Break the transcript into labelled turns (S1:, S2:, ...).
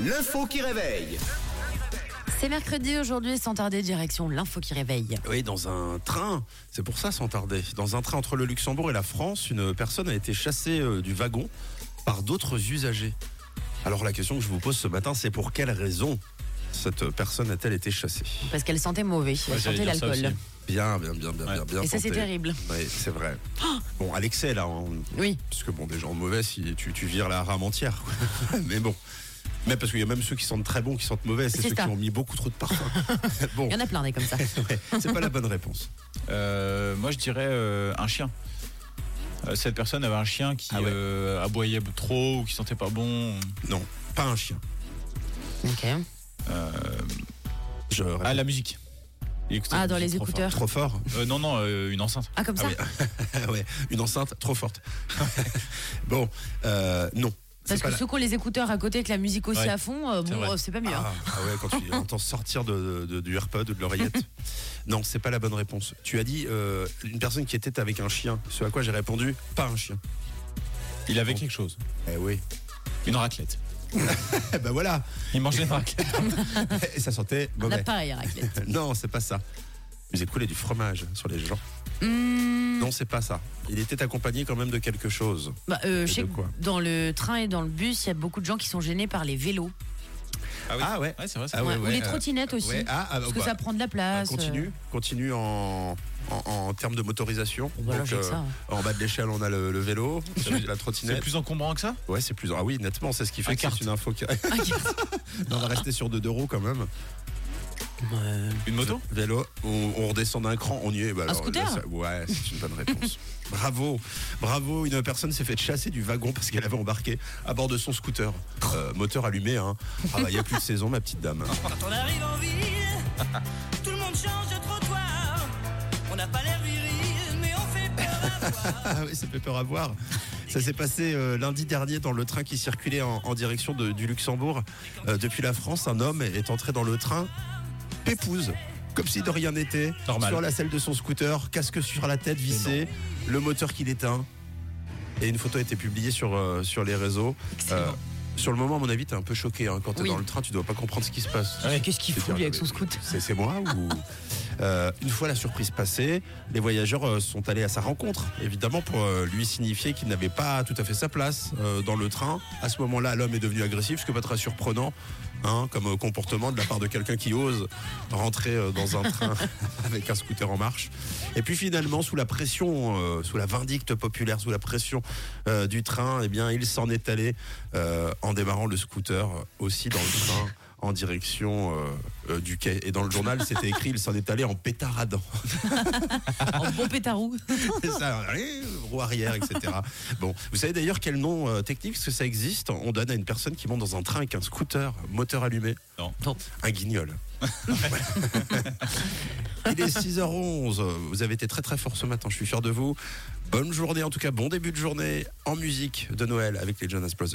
S1: L'info qui réveille.
S2: C'est mercredi aujourd'hui, sans tarder, direction l'info qui réveille.
S3: Oui, dans un train. C'est pour ça sans tarder. Dans un train entre le Luxembourg et la France, une personne a été chassée euh, du wagon par d'autres usagers. Alors la question que je vous pose ce matin, c'est pour quelle raison cette personne a-t-elle été chassée
S2: Parce qu'elle sentait mauvais, elle sentait l'alcool.
S3: Bien, bien, bien, bien,
S4: Ouais.
S3: bien, bien.
S2: Et ça, c'est
S3: tenté.
S2: terrible. Oh
S3: Oui, c'est vrai. Bon, à l'excès, là. hein.
S2: Oui.
S3: Parce que bon, des gens mauvais, si tu, tu vires la rame entière. quoi. Mais bon. Mais parce qu'il y a même ceux qui sentent très bon, qui sentent mauvais, c'est
S2: C'est
S3: ceux
S2: ça.
S3: qui ont mis beaucoup trop de parfum. bon,
S2: Il y en a plein des comme ça.
S3: ouais, c'est pas la bonne réponse.
S4: Euh, moi, je dirais euh, un chien. Euh, Cette personne avait un chien qui
S3: Ah ouais.
S4: euh, aboyait trop ou qui sentait pas bon.
S3: Non, pas un chien.
S2: Ok.
S4: Euh,
S3: Je
S4: ah, la musique. Il écoutait
S2: Ah,
S4: la
S2: dans
S4: musique
S2: les
S4: trop fort.
S2: écouteurs.
S3: Trop fort
S4: Euh, non, non, euh, une enceinte.
S2: Ah, comme ça
S3: oui. ouais, Une enceinte trop forte. bon, euh, non.
S2: Parce
S3: C'est pas
S2: que
S3: la-
S2: ceux qui ont les écouteurs à côté avec la musique aussi
S4: Ouais.
S2: à fond, euh,
S4: C'est
S2: bon,
S4: vrai.
S2: euh, c'est pas mieux. hein.
S3: Ah, ah ouais, quand tu entends sortir de, de- du AirPod ou de l'oreillette. non, c'est pas la bonne réponse. Tu as dit euh, une personne qui était avec un chien. Ce à quoi j'ai répondu, pas un chien.
S4: Il avait quelque chose.
S3: Eh oui.
S4: Une raclette.
S3: Eh ben voilà.
S4: Il mangeait une raclette.
S3: Et ça sentait
S2: Un
S3: mauvais.
S2: appareil à raclette.
S3: Non, c'est pas ça. Ils écoulaient du fromage sur les gens.
S2: Hum,
S3: Non, c'est pas ça. Il était accompagné quand même de quelque chose.
S2: bah, euh, je sais
S3: de
S2: que
S3: quoi
S2: dans le train et dans le bus, il y a beaucoup de gens qui sont gênés par les vélos.
S4: Ah oui.
S3: Ah ouais.
S4: Ouais, c'est vrai. ça.
S3: Ah ouais,
S2: Ouais, ou
S3: ouais,
S2: les
S3: euh,
S2: trottinettes aussi.
S3: ouais. Ah, ah,
S2: Parce que
S3: bah,
S2: ça prend de la place.
S3: Continue,
S4: euh.
S3: continue en, en, en termes de motorisation. euh,
S2: Bon, bah là, j'ai que ça, hein.
S3: En bas de l'échelle, on a le, le vélo, ensuite la
S4: C'est
S3: trottinette.
S4: plus encombrant que ça
S3: Ouais, c'est plus. Ah oui, nettement, c'est ce qui fait
S4: Un
S3: que c'est
S4: kart.
S3: une info. Qui...
S2: euh. Ah,
S3: Non, on va rester sur deux, deux roues quand même.
S4: Une moto
S3: Vélo, on, on redescend d'un cran, on y est. Bah,
S2: Un scooter
S3: ça- Ouais, c'est une bonne réponse. bravo, bravo. Une personne s'est fait chasser du wagon parce qu'elle avait embarqué à bord de son scooter. Euh, moteur allumé, hein. Ah bah, il n'y a plus de saison, ma petite dame.
S5: Quand on arrive en ville, tout le monde change de trottoir. On n'a pas l'air viril, mais on fait peur à voir.
S3: Ah oui, ça fait peur à voir. Ça s'est passé euh, lundi dernier dans le train qui circulait en, en direction de- du Luxembourg. Euh, depuis la France, un homme est entré dans le train, pépouze, comme si de rien n'était,
S4: Normal.
S3: sur la selle de son scooter, casque sur la tête vissé, le moteur qui l'éteint. Et une photo a été publiée sur, euh, sur les réseaux. Euh, sur le moment, à mon avis, t'es un peu choqué. hein. Quand t'es
S2: Oui.
S3: dans le train, tu dois pas comprendre ce qui se passe.
S4: Ouais.
S2: Qu'est-ce qu'il fout lui avec son scoot
S3: C'est c'est moi ou Euh, Une fois la surprise passée, les voyageurs euh, sont allés à sa rencontre, évidemment pour euh, lui signifier qu'il n'avait pas tout à fait sa place euh, dans le train. À ce moment-là, l'homme est devenu agressif, ce qui n'est pas très surprenant. hein, comme euh, comportement de la part de quelqu'un qui ose rentrer euh, dans un train avec un scooter en marche. Et puis finalement, sous la pression, euh, sous la vindicte populaire, sous la pression euh, du train, eh bien, il s'en est allé euh, en démarrant le scooter euh, aussi dans le train en direction euh, euh, du quai. Et dans le journal, c'était écrit, il s'en est allé en pétaradant.
S2: euh, En bon pétarou.
S3: C'est ça, euh, roue arrière, etc. Bon, vous savez d'ailleurs quel nom euh, technique, parce que ça existe, on donne à une personne qui monte dans un train avec un scooter, moteur allumé.
S4: Non.
S2: Non.
S3: Un guignol. Il est 6h11, vous avez été très très fort ce matin, je suis fier de vous. Bonne journée, en tout cas bon début de journée en musique de Noël avec les Jonas Brothers.